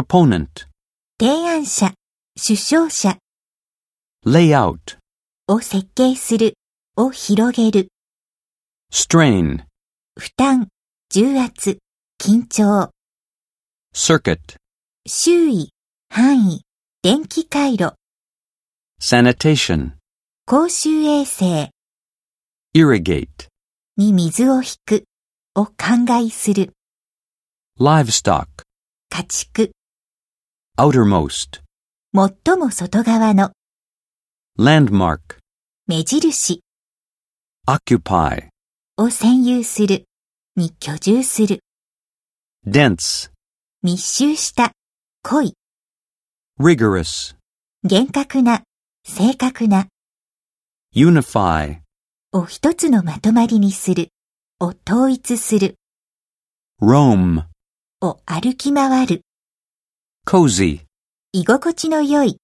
proponent, 提案者、主張者 layout, を設計するを広げる、 strain, 負担、重圧、緊張、 circuit, 周囲、範囲、電気回路、 sanitation, 公衆衛生 irrigate, に水を引くを灌漑する、 livestock, 家畜、 outermost, 最も外側の landmark, 目印 occupy, を占有するに居住する、 dense, 密集した、濃い、 rigorous, 厳格な、正確な unify, を一つのまとまりにするを統一する roam, を歩き回る、 cozy. 居心地の良い